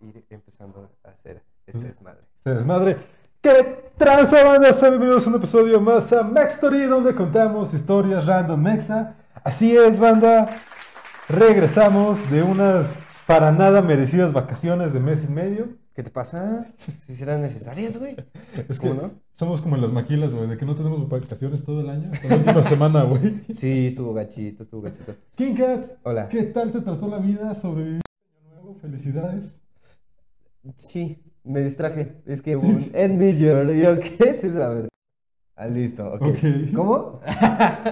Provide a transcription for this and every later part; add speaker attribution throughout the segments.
Speaker 1: ir empezando a hacer este desmadre.
Speaker 2: Se desmadre. ¿Qué tranza, banda? Sean Bienvenidos a un episodio más a Mextory, donde contamos historias random mexa. Así es, banda. Regresamos de unas para nada merecidas vacaciones de mes y medio.
Speaker 1: ¿Qué te pasa? Si serán necesarias, güey.
Speaker 2: Es que
Speaker 1: ¿Cómo no?
Speaker 2: somos como las maquilas, güey, de que no tenemos vacaciones todo el año. Hasta la última semana, güey.
Speaker 1: Sí, estuvo gachito, estuvo gachito.
Speaker 2: King Cat,
Speaker 1: Hola.
Speaker 2: ¿qué tal te trató la vida? ¿Sobreviviste año nuevo? Felicidades.
Speaker 1: Sí, me distraje. Es que un Ed Miller. ¿Yo qué es eso? A ver. Ah, listo, ok.
Speaker 2: Ok.
Speaker 1: ¿Cómo?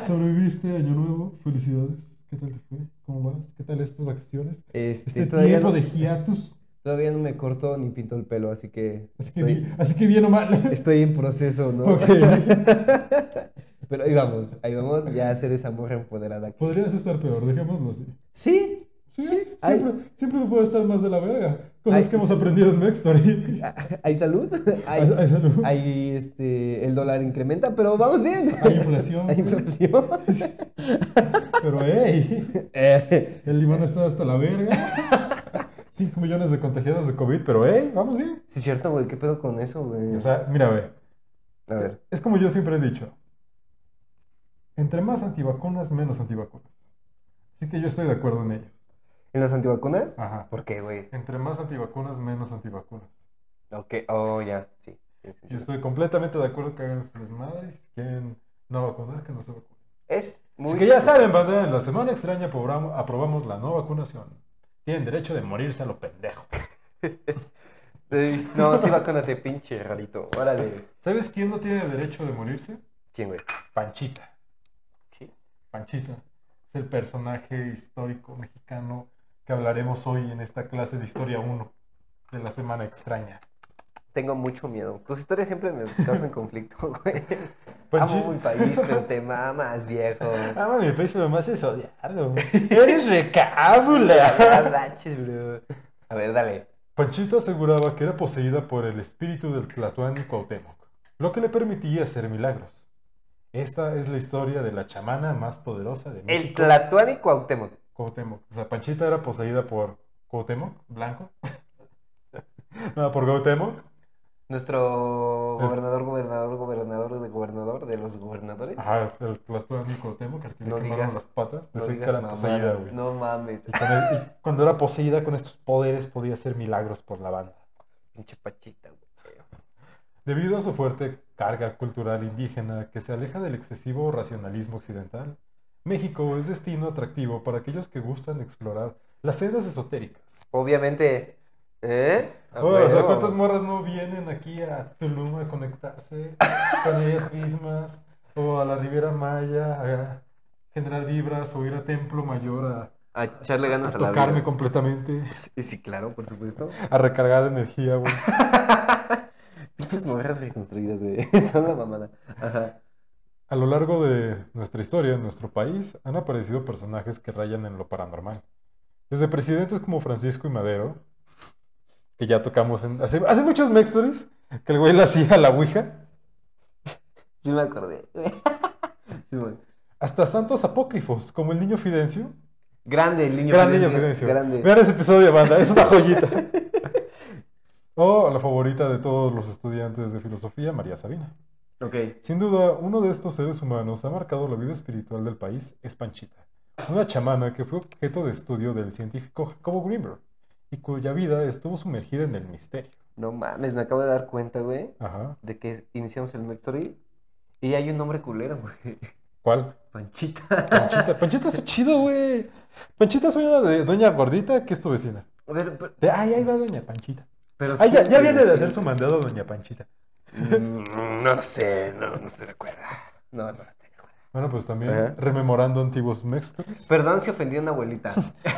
Speaker 2: ¿Sobreviviste año nuevo? Felicidades. ¿Qué tal te fue? ¿Cómo vas? ¿Qué tal estas vacaciones?
Speaker 1: Este,
Speaker 2: Este
Speaker 1: todavía,
Speaker 2: tiempo
Speaker 1: no,
Speaker 2: de hiatus.
Speaker 1: todavía no me corto ni pinto el pelo, así que
Speaker 2: Así que,
Speaker 1: estoy,
Speaker 2: vi- así que bien o mal.
Speaker 1: estoy en proceso, ¿no?
Speaker 2: Ok.
Speaker 1: Pero ahí vamos, ahí vamos ya a ser esa morra empoderada.
Speaker 2: Podrías estar peor, dejémoslo así.
Speaker 1: Sí,
Speaker 2: Sí,
Speaker 1: ay.
Speaker 2: siempre, siempre puedo estar más de la verga. Cosas
Speaker 1: Ay,
Speaker 2: que hemos aprendido en Next Story.
Speaker 1: Ah, hay salud, hay,
Speaker 2: Ay, salud.
Speaker 1: hay, este, el dólar incrementa, pero vamos bien.
Speaker 2: Hay inflación.
Speaker 1: Hay inflación.
Speaker 2: Pero hey,
Speaker 1: Eh,
Speaker 2: el limón está hasta la verga. 5 millones de contagiados de COVID, pero hey, vamos bien.
Speaker 1: sí, es cierto, güey, ¿qué pedo con eso, güey?
Speaker 2: O sea, mira, ve.
Speaker 1: a ver,
Speaker 2: Es como yo siempre he dicho. Entre más antivacunas, menos antivacunas. Así que yo estoy de acuerdo en ello.
Speaker 1: ¿en las antivacunas?
Speaker 2: Ajá.
Speaker 1: ¿Por qué, güey?
Speaker 2: Entre más antivacunas, menos antivacunas.
Speaker 1: Ok, oh, ya, sí. tiene
Speaker 2: Yo
Speaker 1: sentido.
Speaker 2: estoy completamente de acuerdo que hagan sus desmadres. Si quieren no vacunar, que no se vacunen.
Speaker 1: Es muy...
Speaker 2: Así que ya saben, banda, en la semana extraña probam- aprobamos la no vacunación. Tienen derecho de morirse a lo pendejo.
Speaker 1: Eh, No, sí vacúnate, pinche rarito. Órale.
Speaker 2: ¿Sabes quién no tiene derecho de morirse?
Speaker 1: ¿Quién, güey?
Speaker 2: Panchita.
Speaker 1: ¿Qué?
Speaker 2: Panchita. Es el personaje histórico mexicano que hablaremos hoy en esta clase de Historia 1 de la semana extraña.
Speaker 1: Tengo mucho miedo. Tus historias siempre me causan conflicto, güey.
Speaker 2: Panchi-
Speaker 1: Amo mi país, pero te mamas, viejo.
Speaker 2: Ama mi país, pero más es odiarlo. ¡Eres recábula!
Speaker 1: No manches, bro. A ver, dale.
Speaker 2: Panchita aseguraba que era poseída por el espíritu del Tlatuani Cuauhtémoc, lo que le permitía hacer milagros. Esta es la historia de la chamana más poderosa de
Speaker 1: El
Speaker 2: México,
Speaker 1: Tlatuani Cuauhtémoc.
Speaker 2: Cuauhtémoc. O sea, Panchita era poseída por Cuauhtémoc, blanco. no, por Cuauhtémoc.
Speaker 1: Nuestro
Speaker 2: El-
Speaker 1: gobernador, gobernador, gobernador de gobernador de los gobernadores.
Speaker 2: Ajá, el Tlatuani Cuauhtémoc, al que le
Speaker 1: No
Speaker 2: quemaron
Speaker 1: digas-
Speaker 2: las patas.
Speaker 1: No
Speaker 2: Decían que
Speaker 1: digas
Speaker 2: era
Speaker 1: mamadas,
Speaker 2: poseída, güey.
Speaker 1: No mames.
Speaker 2: Y con el- y cuando era poseída con estos poderes podía hacer milagros por la banda.
Speaker 1: Pinche pachita, güey.
Speaker 2: Debido a su fuerte carga cultural indígena que se aleja del excesivo racionalismo occidental, México es destino atractivo para aquellos que gustan explorar las sendas esotéricas.
Speaker 1: Obviamente. ¿Eh? A
Speaker 2: Oh, o sea,
Speaker 1: huevo.
Speaker 2: ¿cuántas morras no vienen aquí a Tulum a conectarse con ellas mismas? O a la Riviera Maya a generar vibras o ir a Templo Mayor a,
Speaker 1: A echarle
Speaker 2: a
Speaker 1: ganas a, la
Speaker 2: tocarme
Speaker 1: vida.
Speaker 2: completamente,
Speaker 1: Sí, sí, claro, por supuesto.
Speaker 2: a recargar energía, güey.
Speaker 1: Pinches morras reconstruidas, güey. Son la mamada. Ajá.
Speaker 2: A lo largo de nuestra historia en nuestro país han aparecido personajes que rayan en lo paranormal. Desde presidentes como Francisco y Madero, que ya tocamos en... Hace, hace muchos mextores, que el güey le hacía a la ouija,
Speaker 1: Sí me acordé. Sí, güey.
Speaker 2: hasta santos apócrifos, como el niño Fidencio.
Speaker 1: Grande, el niño
Speaker 2: Gran niño
Speaker 1: Fidencio,
Speaker 2: Fidencio.
Speaker 1: Grande.
Speaker 2: Vean ese episodio, banda, es una joyita. O la favorita de todos los estudiantes de filosofía, María Sabina.
Speaker 1: Ok.
Speaker 2: Sin duda, uno de estos seres humanos ha marcado la vida espiritual del país es Panchita, una chamana que fue objeto de estudio del científico Jacobo Greenberg y cuya vida estuvo sumergida en el misterio.
Speaker 1: No mames, me acabo de dar cuenta, güey,
Speaker 2: Ajá.
Speaker 1: de que iniciamos el Mextory y hay un nombre culero, güey.
Speaker 2: ¿Cuál?
Speaker 1: Panchita.
Speaker 2: Panchita. Panchita es chido, güey. Panchita suena de Doña Gordita, que es tu vecina.
Speaker 1: A ver, pero,
Speaker 2: De, ay, ahí va Doña Panchita.
Speaker 1: pero
Speaker 2: Ay,
Speaker 1: Pues sí,
Speaker 2: Ah, ya, ya
Speaker 1: güey,
Speaker 2: viene de
Speaker 1: sí.
Speaker 2: hacer su mandado Doña Panchita.
Speaker 1: Mm, No sé, no, no te recuerda. No, no te recuerda.
Speaker 2: Bueno, pues también
Speaker 1: Ajá.
Speaker 2: rememorando antiguos mexicos.
Speaker 1: Perdón si ofendí a una abuelita.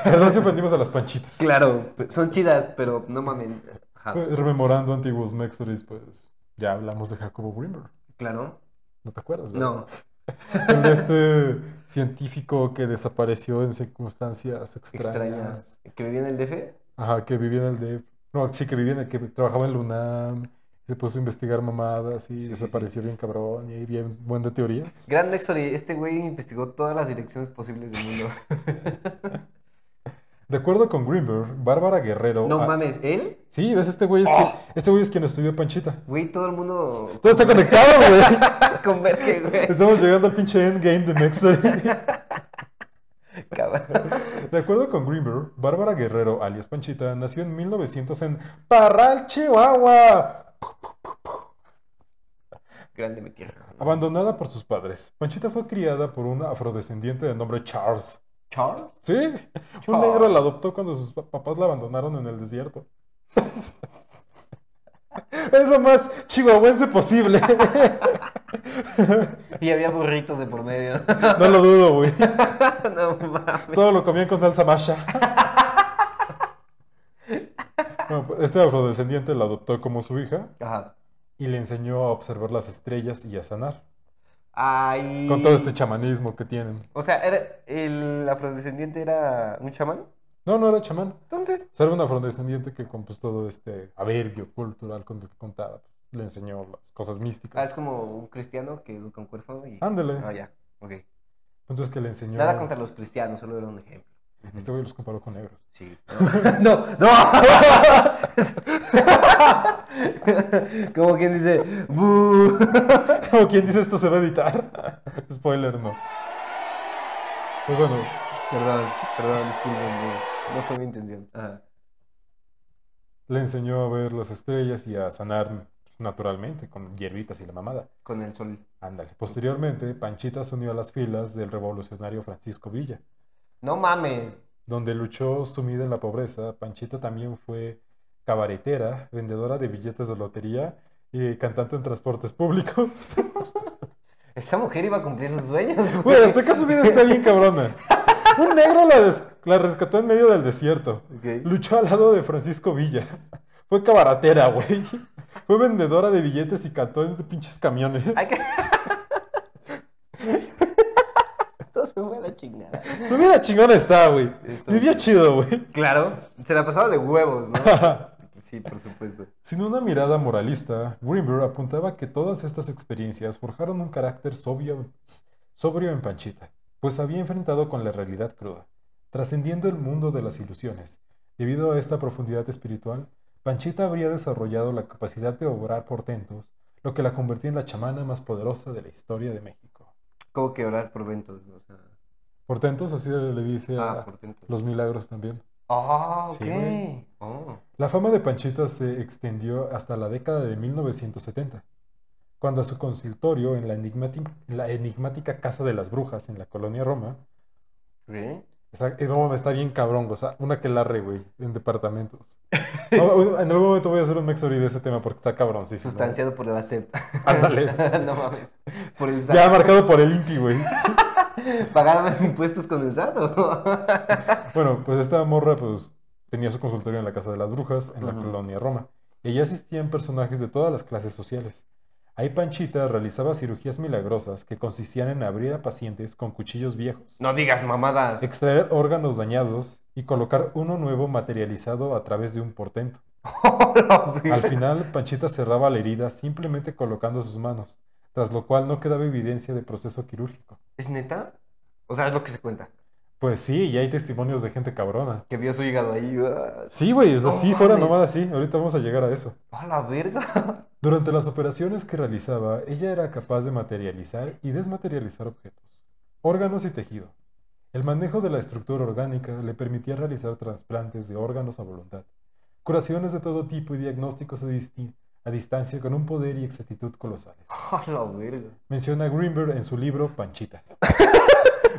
Speaker 2: Perdón si ofendimos a las panchitas.
Speaker 1: claro, son chidas, pero no mamen. Ajá,
Speaker 2: Pues, rememorando antiguos mexicos, pues ya hablamos de Jacobo Greenberg.
Speaker 1: Claro.
Speaker 2: ¿No te acuerdas? verdad?
Speaker 1: No.
Speaker 2: El de este científico que desapareció en circunstancias extrañas.
Speaker 1: extrañas. ¿Que vivía en el DF?
Speaker 2: Ajá, que vivía en el DF. No, sí, que vivía en el que trabajaba en la UNAM. Se puso a investigar mamadas y
Speaker 1: Sí, sí,
Speaker 2: desapareció bien cabrón y ahí bien buen de teorías.
Speaker 1: Gran Nextory, este güey investigó todas las direcciones posibles del mundo.
Speaker 2: De acuerdo con Greenberg, Bárbara Guerrero.
Speaker 1: No
Speaker 2: ah,
Speaker 1: mames, ¿él?
Speaker 2: Sí, ves, este güey es,
Speaker 1: Oh.
Speaker 2: que, este güey es quien estudió Panchita.
Speaker 1: Güey, todo el mundo
Speaker 2: Todo está conectado, güey.
Speaker 1: converge, güey.
Speaker 2: Estamos llegando al pinche endgame de Mexter.
Speaker 1: Cabrón.
Speaker 2: De acuerdo con Greenberg, Bárbara Guerrero, alias Panchita, nació en 1900 en Parral, Chihuahua,
Speaker 1: Grande mi tierra.
Speaker 2: abandonada por sus padres. Panchita fue criada por un afrodescendiente de nombre Charles.
Speaker 1: ¿Charles?
Speaker 2: ¿Sí? Un
Speaker 1: Charles.
Speaker 2: negro la adoptó cuando sus pa- papás la abandonaron en el desierto. Es lo más chihuahuense posible.
Speaker 1: Y había burritos de por medio.
Speaker 2: No lo dudo, güey.
Speaker 1: no mames.
Speaker 2: Todo lo comían con salsa masha. Bueno, pues, este afrodescendiente la adoptó como su hija
Speaker 1: Ajá.
Speaker 2: y le enseñó a observar las estrellas y a sanar.
Speaker 1: Ay.
Speaker 2: Con todo este chamanismo que tienen.
Speaker 1: O sea, era, el afrodescendiente era un chamán.
Speaker 2: No, no era chamán.
Speaker 1: Entonces,
Speaker 2: O sea, era un afrodescendiente que con pues, todo este averbio cultural con lo que contaba. Le enseñó las cosas
Speaker 1: ah, es
Speaker 2: místicas.
Speaker 1: como un cristiano que educa un cuerpo y.
Speaker 2: Ándale.
Speaker 1: Ah, ya. Ok.
Speaker 2: Entonces que le enseñó...
Speaker 1: Nada contra los cristianos, solo era un ejemplo.
Speaker 2: Este güey los comparó con negros.
Speaker 1: Sí. No, no. como quien dice. "Bú".
Speaker 2: Como quien dice esto se va a editar. Spoiler, no. Pero bueno,
Speaker 1: Perdón, perdón, disculpen. No fue mi intención. Ajá.
Speaker 2: le enseñó a ver las estrellas y a sanar naturalmente con hierbitas y la mamada.
Speaker 1: Con el sol.
Speaker 2: Ándale. Posteriormente, Panchita se unió a las filas del revolucionario Francisco Villa.
Speaker 1: No mames.
Speaker 2: donde luchó sumida en la pobreza. Panchita también fue cabaretera, vendedora de billetes de lotería y cantante en transportes públicos.
Speaker 1: Esa mujer iba a cumplir sus sueños. güey.
Speaker 2: Güey, hasta que su vida está bien cabrona. Un negro la, des- la rescató en medio del desierto.
Speaker 1: Ok.
Speaker 2: Luchó al lado de Francisco Villa. Fue cabaretera, güey. Fue vendedora de billetes y cantó en pinches camiones.
Speaker 1: Hay que... Todo se fue a la chingada.
Speaker 2: Su vida chingona está, güey.
Speaker 1: Está
Speaker 2: Vivió chido, güey.
Speaker 1: Claro, se la pasaba de huevos, ¿no? Sí, por supuesto.
Speaker 2: Sin una mirada moralista, Greenberg apuntaba que todas estas experiencias forjaron un carácter sobrio, sobrio en Panchita, pues había enfrentado con la realidad cruda, trascendiendo el mundo de las ilusiones. Debido a esta profundidad espiritual, Panchita habría desarrollado la capacidad de obrar portentos, lo que la convertía en la chamana más poderosa de la historia de México.
Speaker 1: Como que orar por ventos, o sea,
Speaker 2: Portentos, así le dice
Speaker 1: ah,
Speaker 2: a
Speaker 1: por ventos.
Speaker 2: los milagros también.
Speaker 1: Ah, ok.
Speaker 2: Sí, güey.
Speaker 1: Oh.
Speaker 2: La fama de Panchita se extendió hasta la década de 1970, cuando a su consultorio en la enigmati- en la enigmática Casa de las Brujas en la colonia Roma,
Speaker 1: ¿Qué?
Speaker 2: esa- eh, no, está bien cabrón, o sea, una que larre, güey, en departamentos. No, bueno, en algún momento voy a hacer un mexory de ese tema porque está cabrón, sí, sí, no.
Speaker 1: Sustanciado por la sed.
Speaker 2: Ándale.
Speaker 1: no mames. Por el
Speaker 2: Ya
Speaker 1: SAT.
Speaker 2: marcado por el Impi, güey.
Speaker 1: Pagar más impuestos con el SAT. ¿o?
Speaker 2: Bueno, pues esta morra pues tenía su consultorio en la Casa de las Brujas, en la
Speaker 1: Ujú.
Speaker 2: colonia Roma. Y allí asistían personajes de todas las clases sociales. Ahí Panchita realizaba cirugías milagrosas que consistían en abrir a pacientes con cuchillos viejos,
Speaker 1: no digas mamadas.
Speaker 2: extraer órganos dañados y colocar uno nuevo materializado a través de un portento.
Speaker 1: Oh, La
Speaker 2: Al
Speaker 1: verga.
Speaker 2: final, Panchita cerraba la herida simplemente colocando sus manos, tras lo cual no quedaba evidencia de proceso quirúrgico.
Speaker 1: ¿Es neta? O sea, es lo que se cuenta.
Speaker 2: Pues sí, y hay testimonios de gente cabrona.
Speaker 1: Que vio su hígado ahí. ah.
Speaker 2: Sí, güey, o sea,
Speaker 1: No
Speaker 2: sí, fuera
Speaker 1: mames.
Speaker 2: nomada, sí. Ahorita vamos a llegar a eso.
Speaker 1: ¡A la verga!
Speaker 2: Durante las operaciones que realizaba, ella era capaz de materializar y desmaterializar objetos, órganos y tejido. El manejo de la estructura orgánica le permitía realizar trasplantes de órganos a voluntad, curaciones de todo tipo y diagnósticos a, disti- a distancia con un poder y exactitud colosales.
Speaker 1: ¡A la verga!
Speaker 2: Menciona Greenberg en su libro Panchita.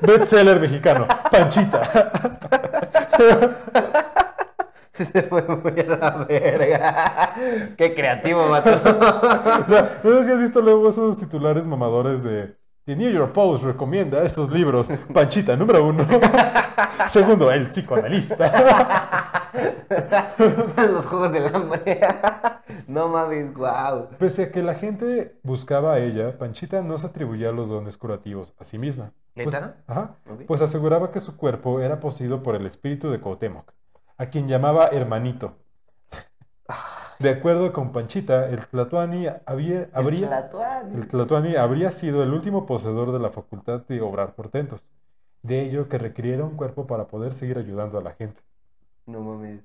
Speaker 2: Bestseller mexicano, Panchita.
Speaker 1: Sí se fue muy a la verga. Qué creativo, vato.
Speaker 2: O sea, no sé si has visto luego esos titulares mamadores de The New York Post recomienda estos libros. Panchita, número uno. Segundo, el psicoanalista.
Speaker 1: Los juegos del hambre. No mames, guau.
Speaker 2: Pese a que la gente buscaba a ella, Panchita no se atribuía los dones curativos a sí misma. Pues-
Speaker 1: ¿Neta?
Speaker 2: ajá.
Speaker 1: Ok.
Speaker 2: Pues aseguraba que su cuerpo era poseído por el espíritu de Cuauhtémoc, a quien llamaba hermanito. De acuerdo con Panchita, el Tlatoani había, habría... Pues, El Tlatoani habría sido el último poseedor de la facultad de obrar portentos, de ello que requiriera un cuerpo para poder seguir ayudando a la gente.
Speaker 1: No mames.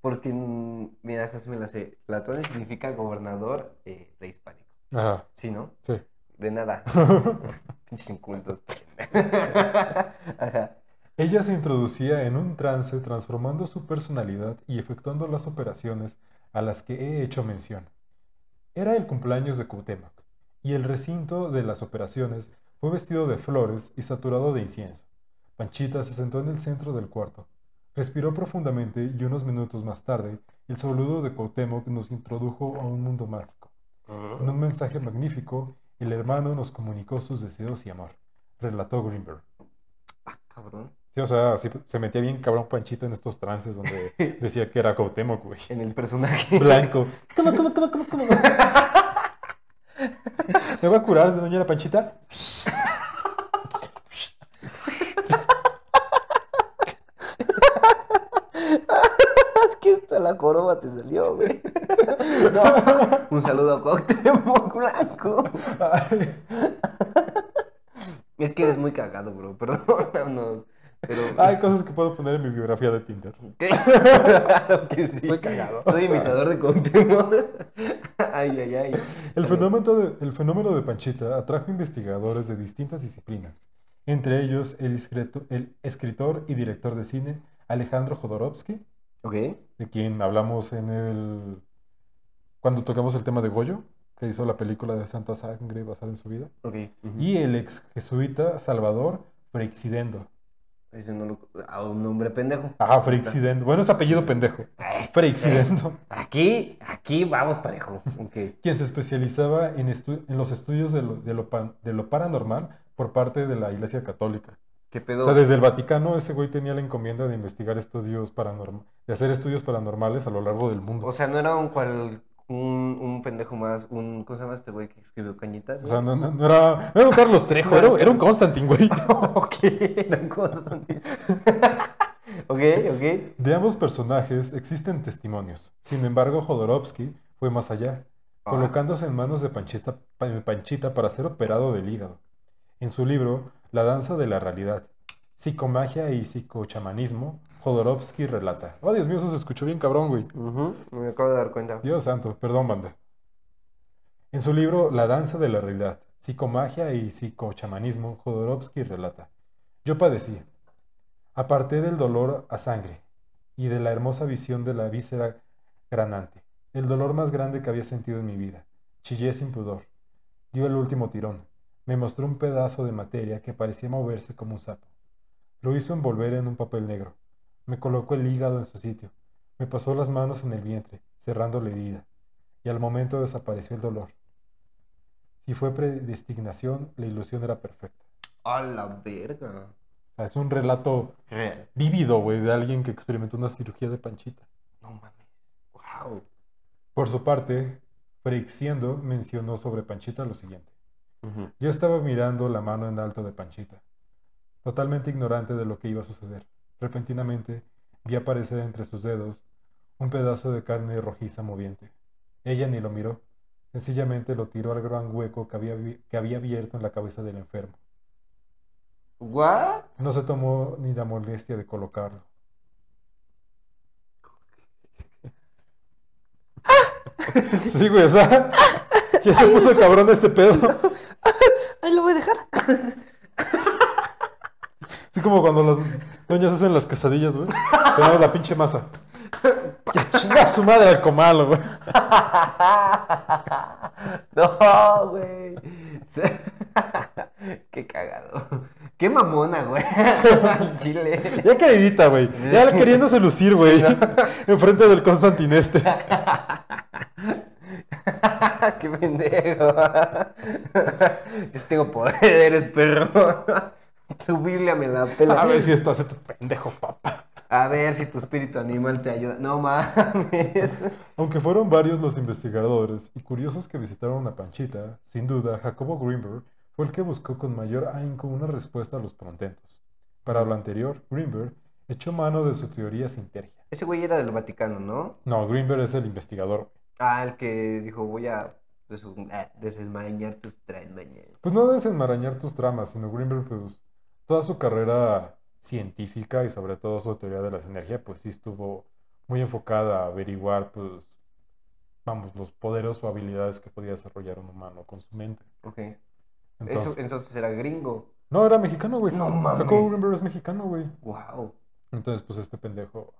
Speaker 1: Porque, mm, mira, esas me las sé. Platón significa gobernador eh, prehispánico.
Speaker 2: Ajá,
Speaker 1: ¿Sí, no?
Speaker 2: sí.
Speaker 1: De nada. Pinches incultos. Ajá.
Speaker 2: Ella se introducía en un trance transformando su personalidad y efectuando las operaciones a las que he hecho mención. Era el cumpleaños de Cuauhtémoc, y el recinto de las operaciones fue vestido de flores y saturado de incienso. Panchita se sentó en el centro del cuarto. Respiró profundamente y unos minutos más tarde, el saludo de Cuauhtémoc nos introdujo a un mundo mágico. En un mensaje magnífico, el hermano nos comunicó sus deseos y amor, relató Greenberg.
Speaker 1: Ah, cabrón.
Speaker 2: Sí, o sea, sí, se metía bien cabrón Panchita en estos trances donde decía que era Cuauhtémoc, güey.
Speaker 1: En el personaje.
Speaker 2: Blanco. ¿Cómo, cómo, cómo, cómo, cómo? ¿Me va a curar, doña Panchita?
Speaker 1: Es que hasta la coroba te salió, güey. No, un saludo a Cuauhtémoc Blanco.
Speaker 2: Ay,
Speaker 1: Es que eres muy cagado, bro. Perdónanos. Pero.
Speaker 2: Hay cosas que puedo poner en mi biografía de Tinder.
Speaker 1: Claro que sí.
Speaker 2: Soy cagado.
Speaker 1: Soy imitador de Cuauhtémoc. Ay, ay, ay.
Speaker 2: El fenómeno, de, el fenómeno de Panchita atrajo investigadores de distintas disciplinas, entre ellos el, discreto- el escritor y director de cine Alejandro Jodorowsky,
Speaker 1: Ok.
Speaker 2: de quien hablamos en el... cuando tocamos el tema de Goyo, que hizo la película de Santa Sangre basada en su vida,
Speaker 1: Ok.
Speaker 2: y el ex jesuita Salvador Freixidendo.
Speaker 1: Ese no lo. A un nombre pendejo.
Speaker 2: Ah, Freixidendo. Bueno, es apellido pendejo.
Speaker 1: Eh,
Speaker 2: Freixidendo.
Speaker 1: Aquí, aquí vamos parejo. Ok.
Speaker 2: quien se especializaba en, estu- en los estudios de lo, de lo pan- de lo paranormal por parte de la Iglesia Católica.
Speaker 1: ¿Qué
Speaker 2: O
Speaker 1: pedo?
Speaker 2: sea, desde el Vaticano ese güey tenía la encomienda de investigar estudios paranormales, de hacer estudios paranormales a lo largo del mundo.
Speaker 1: O sea, no era un cual. Un, un pendejo más. Un, ¿Cómo se llama este güey que escribió cañitas?
Speaker 2: O sea, no, no- no era, no era un Carlos Trejo, era, era un Constantin, güey.
Speaker 1: ok. Era un Constantino. ok, ok.
Speaker 2: De ambos personajes existen testimonios. Sin embargo, Jodorowsky fue más allá,
Speaker 1: Ah.
Speaker 2: colocándose en manos de Panchita, pa- de Panchita para ser operado del hígado. En su libro, La danza de la realidad, psicomagia y psicochamanismo, Jodorowsky relata. Oh, Dios mío, eso se escuchó bien cabrón, güey.
Speaker 1: Ujú, Me acabo de dar cuenta.
Speaker 2: Dios santo, perdón, banda. En su libro La danza de la realidad, psicomagia y psicochamanismo, Jodorowsky relata: Yo padecí. Aparté del dolor a sangre y de la hermosa visión de la víscera granante, el dolor más grande que había sentido en mi vida. Chillé sin pudor. Dio el último tirón. Me mostró un pedazo de materia que parecía moverse como un sapo. Lo hizo envolver en un papel negro. Me colocó el hígado en su sitio. Me pasó las manos en el vientre, cerrando la herida, y al momento desapareció el dolor. Si fue predestinación, la ilusión era perfecta.
Speaker 1: A la verga.
Speaker 2: O sea, es un relato
Speaker 1: Real.
Speaker 2: vívido, güey, de alguien que experimentó una cirugía de panchita.
Speaker 1: No mames. Wow.
Speaker 2: Por su parte, Freixiendo mencionó sobre Panchita lo siguiente. Yo estaba mirando la mano en alto de Panchita, totalmente ignorante de lo que iba a suceder. Repentinamente vi aparecer entre sus dedos un pedazo de carne rojiza moviente. Ella ni lo miró, sencillamente lo tiró al gran hueco que había, vi- que había abierto en la cabeza del enfermo.
Speaker 1: ¿What?
Speaker 2: No se tomó ni la molestia de colocarlo. Sí, güey, o sea, ya se puso cabrón este pedo.
Speaker 1: Ahí lo voy a dejar.
Speaker 2: Así como cuando las doñas hacen las quesadillas, güey. Le damos la pinche masa. Ya chinga a su madre al comalo, güey.
Speaker 1: no, güey. Se- Qué cagado. Qué mamona, güey. Al Chile.
Speaker 2: Ya queridita, güey. Ya queriéndose lucir, güey. Enfrente del Constantineste.
Speaker 1: Qué pendejo. Yo tengo poderes, perro. Tu Biblia me la pela.
Speaker 2: A ver si esto hace tu pendejo, papá.
Speaker 1: A ver si tu espíritu animal te ayuda. No mames.
Speaker 2: Aunque fueron varios los investigadores y curiosos que visitaron a Panchita, sin duda, Jacobo Greenberg fue el que buscó con mayor ahínco una respuesta a los prontentos. Para lo anterior, Greenberg echó mano de su teoría sintergia.
Speaker 1: Ese güey era del Vaticano, ¿no?
Speaker 2: No, Greenberg es el investigador.
Speaker 1: Ah, el que dijo, voy a desu- ah, desenmarañar tus tres mañanas.
Speaker 2: Pues no desenmarañar tus tramas, sino Greenberg, pues toda su carrera científica y sobre todo su teoría de las energías, pues sí estuvo muy enfocada a averiguar, pues, vamos, los poderes o habilidades que podía desarrollar un humano con su mente.
Speaker 1: Ok.
Speaker 2: Entonces,
Speaker 1: Eso entonces era gringo.
Speaker 2: no, era mexicano, güey.
Speaker 1: No mames.
Speaker 2: Jacob Greenberg es mexicano, güey.
Speaker 1: Wow.
Speaker 2: Entonces, pues, este pendejo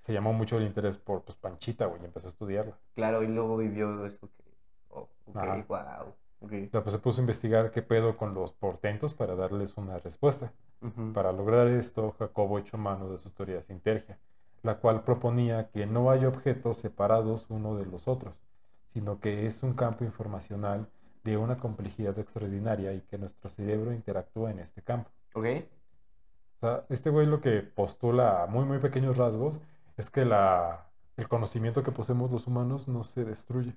Speaker 2: se llamó mucho el interés por, pues, Panchita, güey, y empezó a estudiarla.
Speaker 1: Claro, y luego vivió eso que. Oh, ok,
Speaker 2: Ajá.
Speaker 1: wow. Ok.
Speaker 2: Ya, pues, se puso a investigar qué pedo con los portentos para darles una respuesta.
Speaker 1: Ujú.
Speaker 2: Para lograr esto, Jacobo echó mano de su teoría sintergia, la cual proponía que no hay objetos separados uno de los otros, sino que es un campo informacional de una complejidad extraordinaria y que nuestro cerebro interactúa en este campo.
Speaker 1: Ok.
Speaker 2: O sea, este güey lo que postula a muy, muy pequeños rasgos es que la, el conocimiento que poseemos los humanos no se destruye,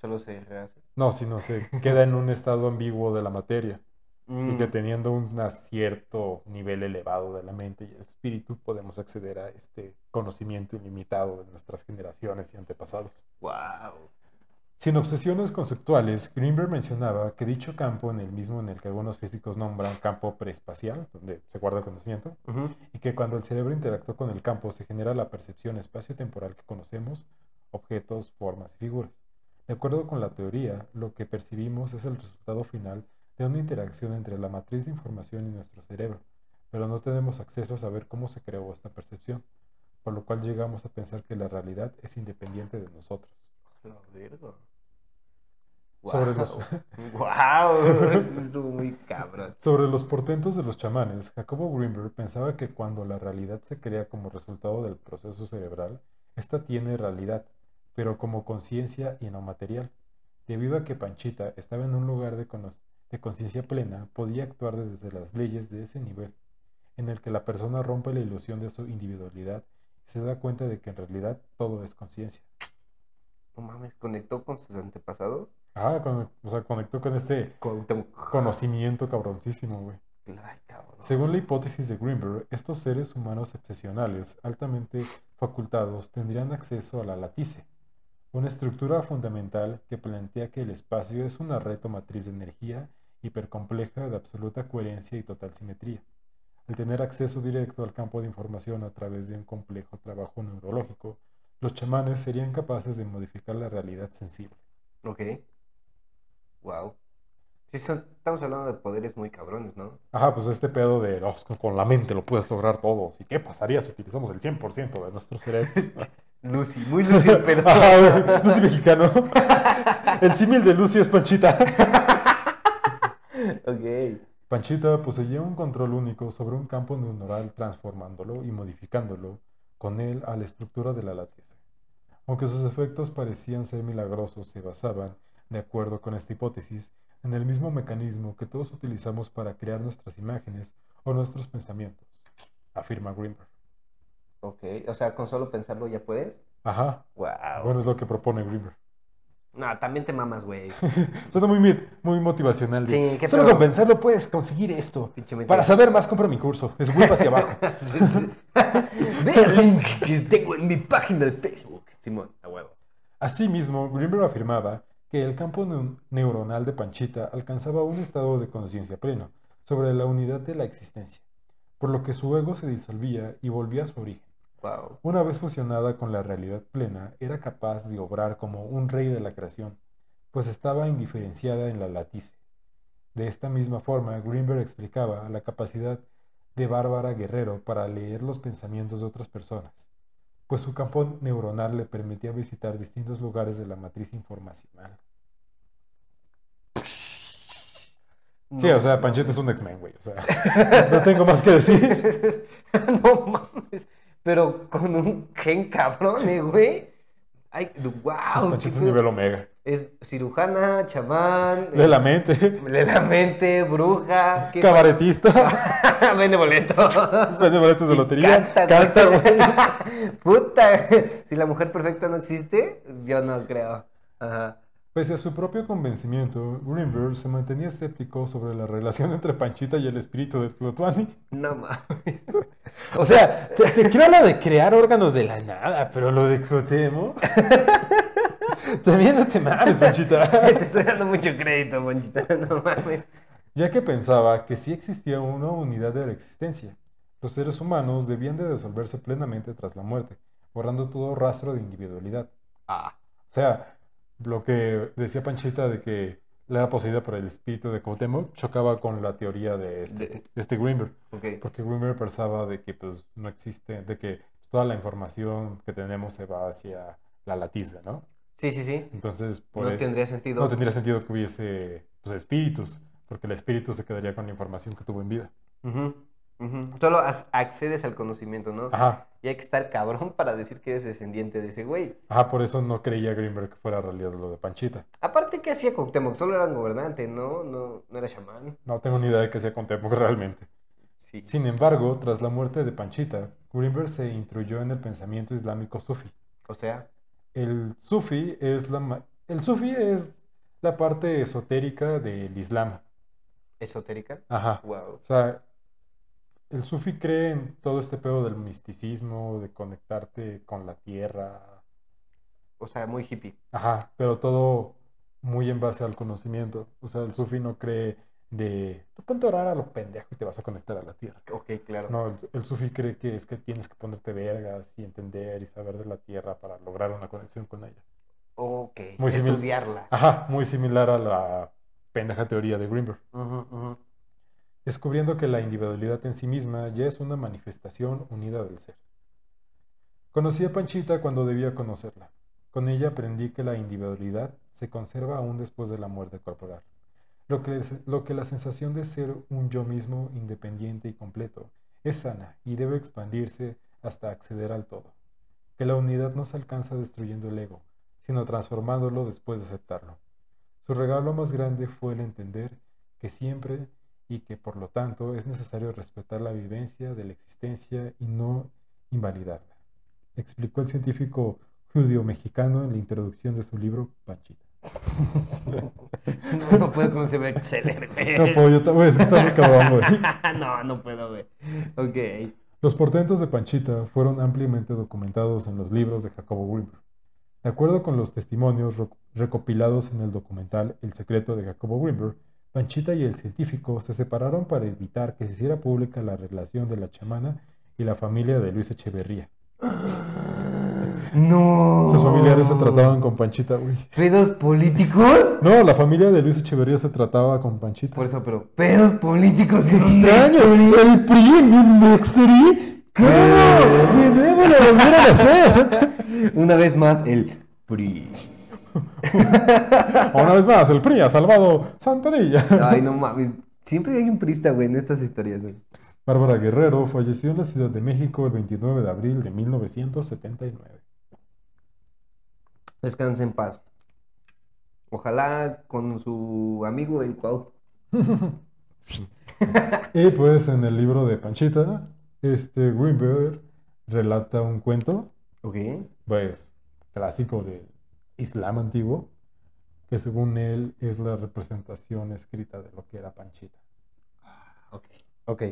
Speaker 1: Solo se rehace.
Speaker 2: no, sino se queda en un estado ambiguo de la materia y
Speaker 1: Mm,
Speaker 2: que teniendo un cierto nivel elevado de la mente y el espíritu podemos acceder a este conocimiento ilimitado de nuestras generaciones y antepasados.
Speaker 1: Wow.
Speaker 2: Sin obsesiones conceptuales, Greenberg mencionaba que dicho campo, en el mismo en el que algunos físicos nombran campo preespacial, donde se guarda el conocimiento,
Speaker 1: Ujú.
Speaker 2: y que cuando el cerebro interactúa con el campo se genera la percepción espacio-temporal que conocemos, objetos, formas y figuras. De acuerdo con la teoría, lo que percibimos es el resultado final de una interacción entre la matriz de información y nuestro cerebro, pero no tenemos acceso a saber cómo se creó esta percepción, por lo cual llegamos a pensar que la realidad es independiente de nosotros.
Speaker 1: La verga.
Speaker 2: Sobre los-
Speaker 1: Wow. Eso estuvo muy cabrón.
Speaker 2: Sobre los portentos de los chamanes, Jacobo Greenberg pensaba que cuando la realidad se crea como resultado del proceso cerebral, ésta tiene realidad, pero como conciencia y no material. Debido a que Panchita estaba en un lugar de cono- de conciencia plena, podía actuar desde las leyes de ese nivel, en el que la persona rompe la ilusión de su individualidad y se da cuenta de que en realidad todo es conciencia.
Speaker 1: No mames, conectó con sus antepasados.
Speaker 2: Ah, con- o sea, conectó con este
Speaker 1: Cuauhtémoc.
Speaker 2: conocimiento cabroncísimo, güey.
Speaker 1: Ay, cabrón.
Speaker 2: Según la hipótesis de Greenberg, estos seres humanos excepcionales, altamente facultados, tendrían acceso a la latice, una estructura fundamental que plantea que el espacio es una red o matriz de energía hipercompleja de absoluta coherencia y total simetría. Al tener acceso directo al campo de información a través de un complejo trabajo neurológico, los chamanes serían capaces de modificar la realidad sensible.
Speaker 1: Ok. Wow. Sí, son- estamos hablando de poderes muy cabrones, ¿no?
Speaker 2: Ajá, pues este pedo de "Oh, con- con la mente lo puedes lograr todo. ¿Y qué pasaría si utilizamos el 100% de nuestro cerebro?
Speaker 1: Lucy, muy Lucy el pedo.
Speaker 2: Ajá, güey, Lucy mexicano. El símil de Lucy es Panchita.
Speaker 1: ok.
Speaker 2: Panchita poseía un control único sobre un campo neuronal transformándolo y modificándolo con él a la estructura de la latice. Aunque sus efectos parecían ser milagrosos, se basaban, de acuerdo con esta hipótesis, en el mismo mecanismo que todos utilizamos para crear nuestras imágenes o nuestros pensamientos, afirma Greenberg.
Speaker 1: Ok. O sea, con solo pensarlo ya puedes.
Speaker 2: Ajá,
Speaker 1: Wow.
Speaker 2: bueno, es lo que propone Greenberg.
Speaker 1: No, también te mamas, güey.
Speaker 2: Suena muy, mit- muy motivacional. de,
Speaker 1: Sí, qué
Speaker 2: Solo
Speaker 1: pedo".
Speaker 2: con pensarlo puedes conseguir esto.
Speaker 1: Pinche mente.
Speaker 2: Para saber más, compra mi curso. Es web hacia abajo.
Speaker 1: Ve el link que tengo en mi página de Facebook. Simón, a huevo.
Speaker 2: Asimismo, Greenberg afirmaba que el campo neu- neuronal de Panchita alcanzaba un estado de conciencia pleno sobre la unidad de la existencia, por lo que su ego se disolvía y volvía a su origen.
Speaker 1: Wow.
Speaker 2: Una vez fusionada con la realidad plena, era capaz de obrar como un rey de la creación, pues estaba indiferenciada en la latice. De esta misma forma, Greenberg explicaba la capacidad de Bárbara Guerrero para leer los pensamientos de otras personas, pues su campo neuronal le permitía visitar distintos lugares de la matriz informacional. Sí, o sea, Panchete es un X-Men, güey. O sea, no tengo más que decir.
Speaker 1: no mames. Pero con un gen cabrón, eh, güey. Ay, wow.
Speaker 2: Panchete es nivel omega.
Speaker 1: Es cirujana, chamán,
Speaker 2: De la mente,
Speaker 1: eh, lee la mente, bruja. ¿qué
Speaker 2: cabaretista,
Speaker 1: pa- Vende boletos.
Speaker 2: vende boletos de
Speaker 1: Y
Speaker 2: lotería,
Speaker 1: canta,
Speaker 2: canta, güey.
Speaker 1: Puta. Si la mujer perfecta no existe, yo no creo. Ajá.
Speaker 2: Pese a su propio convencimiento, Greenberg se mantenía escéptico sobre la relación entre Panchita y el espíritu de Tlatuani.
Speaker 1: No mames.
Speaker 2: O sea, te, te creo lo de crear órganos de la nada, pero lo de Cotemo. También no te mames, Panchita.
Speaker 1: Te estoy dando mucho crédito, Monchita. No mames.
Speaker 2: Ya que pensaba que sí existía una unidad de la existencia, los seres humanos debían de disolverse plenamente tras la muerte, borrando todo rastro de individualidad.
Speaker 1: Ah.
Speaker 2: O sea, lo que decía Panchita de que la era poseída por el espíritu de Cuauhtémoc chocaba con la teoría de este,
Speaker 1: De-
Speaker 2: de este Greenberg.
Speaker 1: Ok.
Speaker 2: Porque Greenberg pensaba de que pues no existe, de que toda la información que tenemos se va hacia la latiza, ¿no?
Speaker 1: Sí, sí, sí.
Speaker 2: Entonces, por
Speaker 1: No
Speaker 2: e-
Speaker 1: tendría sentido.
Speaker 2: no tendría sentido que hubiese pues, espíritus, porque el espíritu se quedaría con la información que tuvo en vida.
Speaker 1: Ujú, ujú. Solo as- accedes al conocimiento, ¿no?
Speaker 2: Ajá,
Speaker 1: Y hay que estar cabrón para decir que eres descendiente de ese güey.
Speaker 2: ajá, por eso no creía Greenberg que fuera realidad lo de Panchita.
Speaker 1: Aparte, ¿qué hacía Cuauhtémoc? Solo eran gobernante, ¿no? No, no era chamán.
Speaker 2: No tengo ni idea de qué sea con Temoc realmente.
Speaker 1: Sí.
Speaker 2: Sin embargo, tras la muerte de Panchita, Greenberg se instruyó en el pensamiento islámico sufí.
Speaker 1: O sea,
Speaker 2: El sufí es la, ma- el sufí es la parte esotérica del Islam.
Speaker 1: esotérica.
Speaker 2: Ajá.
Speaker 1: Wow.
Speaker 2: O sea, el sufi cree en todo este pedo del misticismo, de conectarte con la tierra.
Speaker 1: O sea, muy hippie.
Speaker 2: Ajá, pero todo muy en base al conocimiento. O sea, el sufi no cree de tú ponte a orar a los pendejos y te vas a conectar a la tierra.
Speaker 1: Ok, claro.
Speaker 2: No, el, el sufi cree que es que tienes que ponerte vergas y entender y saber de la tierra para lograr una conexión con ella.
Speaker 1: Ok.
Speaker 2: Muy simil- Ah.
Speaker 1: Estudiarla.
Speaker 2: Ajá, muy similar a la pendeja teoría de Greenberg.
Speaker 1: Ujú, ujú.
Speaker 2: descubriendo que la individualidad en sí misma ya es una manifestación unida del ser. Conocí a Panchita cuando debía conocerla. Con ella aprendí que la individualidad se conserva aún después de la muerte corporal, lo que, lo que la sensación de ser un yo mismo independiente y completo es sana y debe expandirse hasta acceder al todo, que la unidad no se alcanza destruyendo el ego, sino transformándolo después de aceptarlo. Su regalo más grande fue el entender que siempre y que por lo tanto es necesario respetar la vivencia de la existencia y no invalidarla, explicó el científico judío-mexicano en la introducción de su libro Panchita.
Speaker 1: No, no puedo concebir Excel, güey.
Speaker 2: No puedo, yo ta- güey, es que está muy cabrón, güey.
Speaker 1: no, no puedo, güey. Ok.
Speaker 2: Los portentos de Panchita fueron ampliamente documentados en los libros de Jacobo Greenberg. De acuerdo con los testimonios ro- recopilados en el documental El secreto de Jacobo Greenberg, Panchita y el científico se separaron para evitar que se hiciera pública la relación de la chamana y la familia de Luis Echeverría.
Speaker 1: No.
Speaker 2: Sus familiares se
Speaker 1: Oh.
Speaker 2: trataban con Panchita, güey.
Speaker 1: ¿Pedos políticos?
Speaker 2: No, la familia de Luis Echeverría se trataba con Panchita.
Speaker 1: Por eso, pero pedos políticos en
Speaker 2: extraño, el PRI en un Nextory. ¡Claro! ¡De nuevo lo volvieron a hacer!
Speaker 1: Una vez más, el PRI.
Speaker 2: Una vez más, el PRI ha salvado Santadilla.
Speaker 1: Ay, no mames. Siempre hay un prista, güey, en estas historias, güey.
Speaker 2: Bárbara Guerrero falleció en la Ciudad de México el 29 de abril de 1979.
Speaker 1: Descansa en paz. Ojalá con su amigo el Cuau.
Speaker 2: Y pues en el libro de Panchita, este Greenberg relata un cuento,
Speaker 1: Ok.
Speaker 2: pues clásico del Islam antiguo, que según él es la representación escrita de lo que era Panchita.
Speaker 1: Ok. Ok.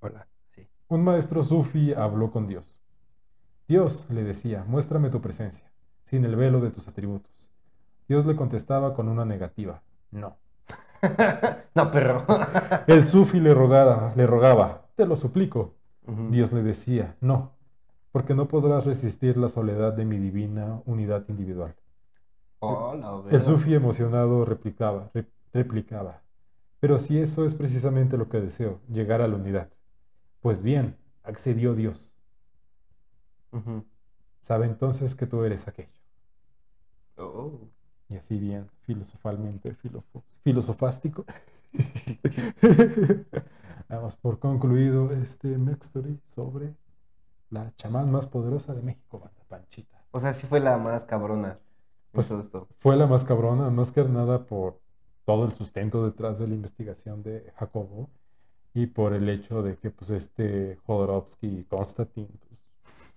Speaker 1: Hola. Sí.
Speaker 2: Un maestro sufi habló con Dios. Dios le decía, muéstrame tu presencia, sin el velo de tus atributos. Dios le contestaba con una negativa, no.
Speaker 1: no, perro.
Speaker 2: El sufi le rogaba, le rogaba, te lo suplico.
Speaker 1: Ujú.
Speaker 2: Dios le decía, no, porque no podrás resistir la soledad de mi divina unidad individual.
Speaker 1: Hola, güey.
Speaker 2: El sufi emocionado replicaba, re- replicaba, pero si eso es precisamente lo que deseo, llegar a la unidad. Pues bien, accedió Dios.
Speaker 1: Ujú.
Speaker 2: Sabe entonces que tú eres aquello.
Speaker 1: Oh.
Speaker 2: Y así bien, filosofalmente, filofo- filosofástico. Vamos por concluido este Mextory sobre la chamán más poderosa de México, banda Panchita.
Speaker 1: O sea, sí fue la más cabrona. Por
Speaker 2: Pues-
Speaker 1: todo esto.
Speaker 2: Fue la más cabrona, más que nada por todo el sustento detrás de la investigación de Jacobo y por el hecho de que pues este Jodorowsky y Konstantin, pues,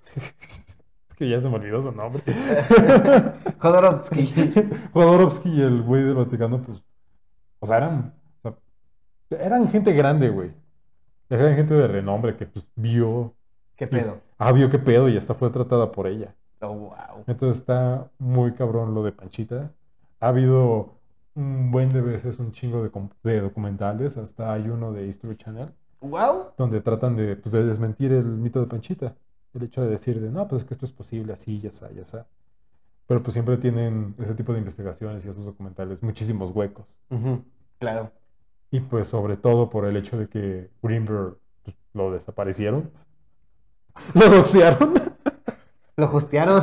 Speaker 2: es que ya se me olvidó su nombre.
Speaker 1: Jodorowsky.
Speaker 2: Jodorowsky y el güey del Vaticano, pues, o sea, eran, o sea, eran gente grande, güey. Eran gente de renombre que, pues, vio,
Speaker 1: ¿Qué pedo?
Speaker 2: ah, vio qué pedo y hasta fue tratada por ella.
Speaker 1: Oh, wow.
Speaker 2: Entonces está muy cabrón lo de Panchita. Ha habido un buen de veces un chingo de, com- de documentales, hasta hay uno de History Channel
Speaker 1: Wow.
Speaker 2: donde tratan de, pues, de desmentir el mito de Panchita. El hecho de decir de, no, pues es que esto es posible, así, ya está, ya está. Pero pues siempre tienen ese tipo de investigaciones y esos documentales, muchísimos huecos.
Speaker 1: Claro.
Speaker 2: Y pues sobre todo por el hecho de que Greenberg pues, lo desaparecieron. Lo doxearon.
Speaker 1: Lo hostearon.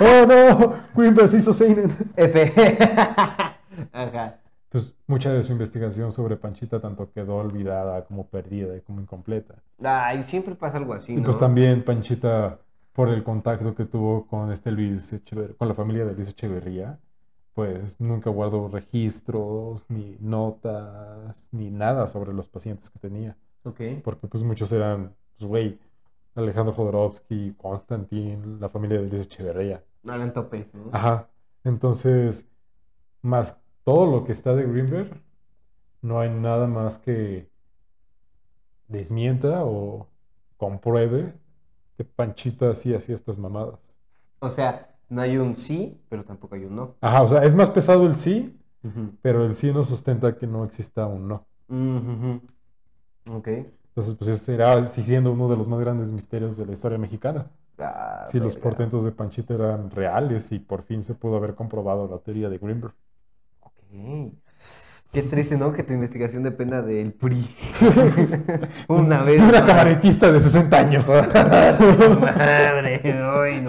Speaker 2: ¡Oh, no! Greenberg se hizo Seinen.
Speaker 1: F. Ajá.
Speaker 2: Pues mucha de su investigación sobre Panchita tanto quedó olvidada como perdida y como incompleta.
Speaker 1: Ay, siempre pasa algo así,
Speaker 2: Y
Speaker 1: ¿no?
Speaker 2: pues también Panchita, por el contacto que tuvo con este Luis Echever- con la familia de Luis Echeverría, pues nunca guardó registros, ni notas, ni nada sobre los pacientes que tenía.
Speaker 1: Ok.
Speaker 2: Porque pues muchos eran, pues güey, Alejandro Jodorowsky, Constantin, la familia de Luis Echeverría.
Speaker 1: No eran topes, ¿no?
Speaker 2: Ajá. Entonces, más todo lo que está de Greenberg, no hay nada más que desmienta o compruebe que Panchita sí hacía estas mamadas.
Speaker 1: O sea, no hay un sí, pero tampoco hay un no.
Speaker 2: Ajá, o sea, es más pesado el sí,
Speaker 1: Ujú.
Speaker 2: pero el sí no sustenta que no exista un no.
Speaker 1: Ujú. Ok.
Speaker 2: Entonces, pues eso será sí siendo uno de los más grandes misterios de la historia mexicana.
Speaker 1: Ah,
Speaker 2: Si los
Speaker 1: verga.
Speaker 2: portentos de Panchita eran reales y por fin se pudo haber comprobado la teoría de Greenberg.
Speaker 1: Ok. Qué triste, ¿no? Que tu investigación dependa del PRI. Una vez.
Speaker 2: Una
Speaker 1: más.
Speaker 2: cabaretista de 60 años.
Speaker 1: Madre, hoy no.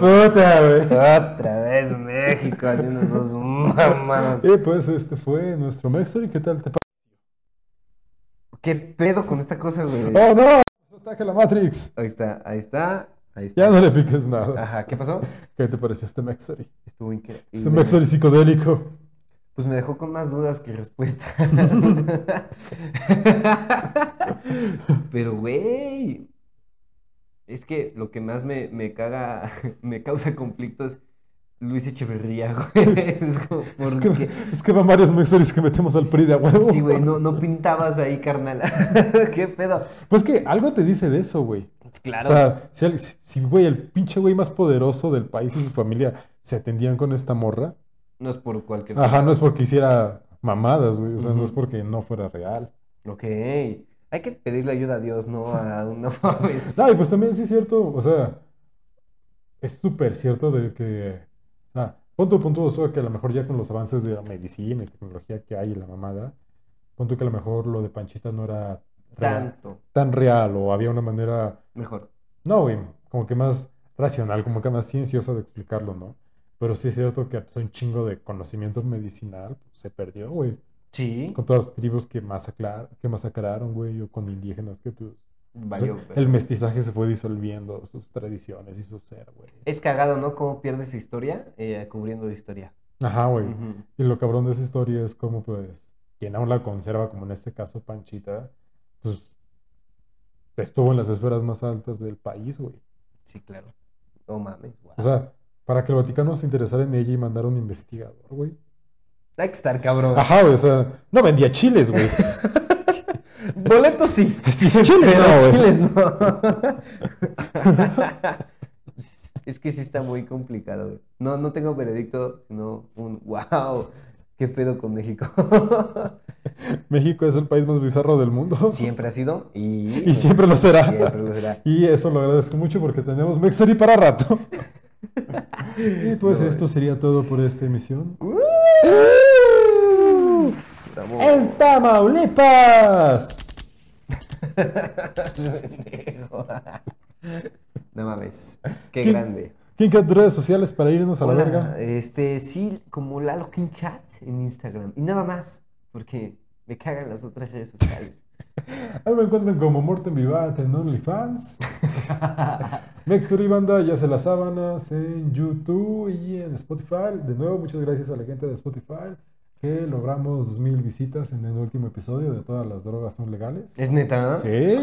Speaker 2: Puta, güey.
Speaker 1: Otra vez México haciendo sus mamadas.
Speaker 2: Y pues este fue nuestro Mexer. ¿Qué tal te pa-
Speaker 1: ¿Qué pedo con esta cosa, güey?
Speaker 2: ¡Oh, no! Nos Ataca la Matrix.
Speaker 1: Ahí está, ahí está, ahí está.
Speaker 2: Ya no le piques nada.
Speaker 1: Ajá, ¿qué pasó?
Speaker 2: ¿Qué te pareció este Mexer?
Speaker 1: Estuvo increíble.
Speaker 2: Este Mexer psicodélico.
Speaker 1: Pues me dejó con más dudas que respuestas. Pero, güey. Es que lo que más me, me caga, me causa conflicto es Luis Echeverría, güey. Es como, ¿por
Speaker 2: Es
Speaker 1: qué?
Speaker 2: que, es que van varios Mexeris que metemos al PRI de a huevo.
Speaker 1: Sí, güey, no, no pintabas ahí, carnal. ¿Qué pedo?
Speaker 2: Pues que algo te dice de eso, güey.
Speaker 1: Claro.
Speaker 2: O sea, si, al- si- si, güey, el pinche güey más poderoso del país y su familia se atendían con esta morra,
Speaker 1: no es por cualquier
Speaker 2: ajá, no es porque hiciera mamadas, güey. O sea, no es
Speaker 1: Ujú.
Speaker 2: porque no fuera real.
Speaker 1: Ok. Hay que pedirle ayuda a Dios, no a no mames.
Speaker 2: No, y pues también sí es cierto, o sea, es súper cierto de que, ah, punto puntuoso que a lo mejor ya con los avances de la medicina y tecnología que hay y la mamada, punto que a lo mejor lo de Panchita no era real-
Speaker 1: Tanto.
Speaker 2: tan real o había una manera,
Speaker 1: Mejor.
Speaker 2: no, güey, como que más racional, como que más cienciosa de explicarlo, ¿no? Pero sí es cierto que pues, un chingo de conocimiento medicinal pues, se perdió, güey,
Speaker 1: Sí.
Speaker 2: con todas las tribus que masacrar, que masacraron, güey, o con indígenas que pues, o sea,
Speaker 1: Valió, pero-
Speaker 2: el mestizaje se fue disolviendo, sus tradiciones y su ser, güey.
Speaker 1: Es cagado, ¿no? Cómo pierdes historia eh, cubriendo historia.
Speaker 2: Ajá, güey.
Speaker 1: Ujú.
Speaker 2: Y lo cabrón de esa historia es como, pues, quien aún la conserva, como en este caso Panchita, pues, estuvo en las esferas más altas del país, güey.
Speaker 1: Sí, claro. No mames, guau.
Speaker 2: O sea, para que el Vaticano se interesara en ella y mandara un investigador, güey.
Speaker 1: Hay que estar, cabrón.
Speaker 2: Ajá, güey, o sea, no vendía chiles, güey.
Speaker 1: Boletos sí.
Speaker 2: Sí, chiles,
Speaker 1: Pero
Speaker 2: no, güey.
Speaker 1: chiles no. es que sí está muy complicado, güey. No, no tengo veredicto, sino un wow. ¿Qué pedo con México?
Speaker 2: México es el país más bizarro del mundo.
Speaker 1: Siempre ha sido y,
Speaker 2: Y siempre lo será.
Speaker 1: siempre lo será.
Speaker 2: Y eso lo agradezco mucho porque tenemos Mexeri para rato. y pues
Speaker 1: No, eh. Uh.
Speaker 2: esto sería todo por esta emisión.
Speaker 1: Bravo.
Speaker 2: ¡En Tamaulipas!
Speaker 1: Pendejo. no mames. Qué
Speaker 2: ¿Quién-
Speaker 1: grande.
Speaker 2: ¿Quién que redes sociales para irnos a la
Speaker 1: Hola,
Speaker 2: verga?
Speaker 1: Este, sí, como Lalo King Cat en Instagram. Y nada más, porque me cagan las otras redes sociales.
Speaker 2: Ahí me encuentran como Morten Vivat en OnlyFans. Mexeri Banda, ya se las sábanas en YouTube y en Spotify. De nuevo, muchas gracias a la gente de Spotify que logramos 2000 visitas en el último episodio de Todas las drogas son legales.
Speaker 1: ¿Es neta?
Speaker 2: Sí.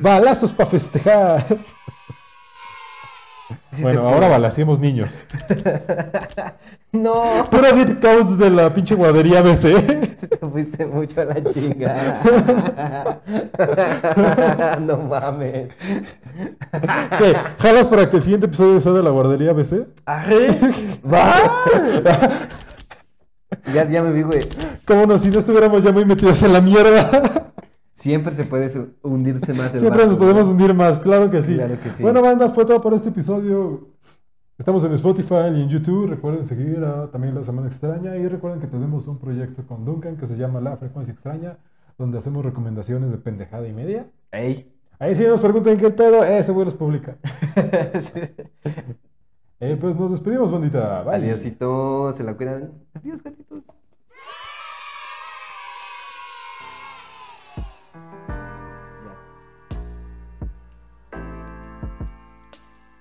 Speaker 2: Balazos para festejar.
Speaker 1: Sí se
Speaker 2: bueno,
Speaker 1: puede.
Speaker 2: ahora balacemos niños.
Speaker 1: No,
Speaker 2: Pura deep cows de la pinche guadería BC.
Speaker 1: te fuiste mucho a la chingada. no mames.
Speaker 2: ¿Qué? ¿Jalas para que el siguiente episodio sea de la guardería BC?
Speaker 1: Arre, va. Ya, ya me vi, güey.
Speaker 2: Como no, si no estuviéramos ya muy metidos en la mierda.
Speaker 1: Siempre se puede su- hundirse más el
Speaker 2: Siempre nos
Speaker 1: barco,
Speaker 2: podemos
Speaker 1: güey.
Speaker 2: hundir más, claro que sí.
Speaker 1: Claro que sí.
Speaker 2: Bueno, banda, fue todo por este episodio. Estamos en Spotify y en YouTube. Recuerden seguir a también La Semana Extraña. Y recuerden que tenemos un proyecto con Duncan que se llama La Frecuencia Extraña, donde hacemos recomendaciones de pendejada y media.
Speaker 1: Ey.
Speaker 2: Ahí sí nos preguntan qué pedo, ese güey los publica. Eh, pues nos despedimos, bandita. Bye.
Speaker 1: Adiósito, se la cuidan. Adiós, gatitos.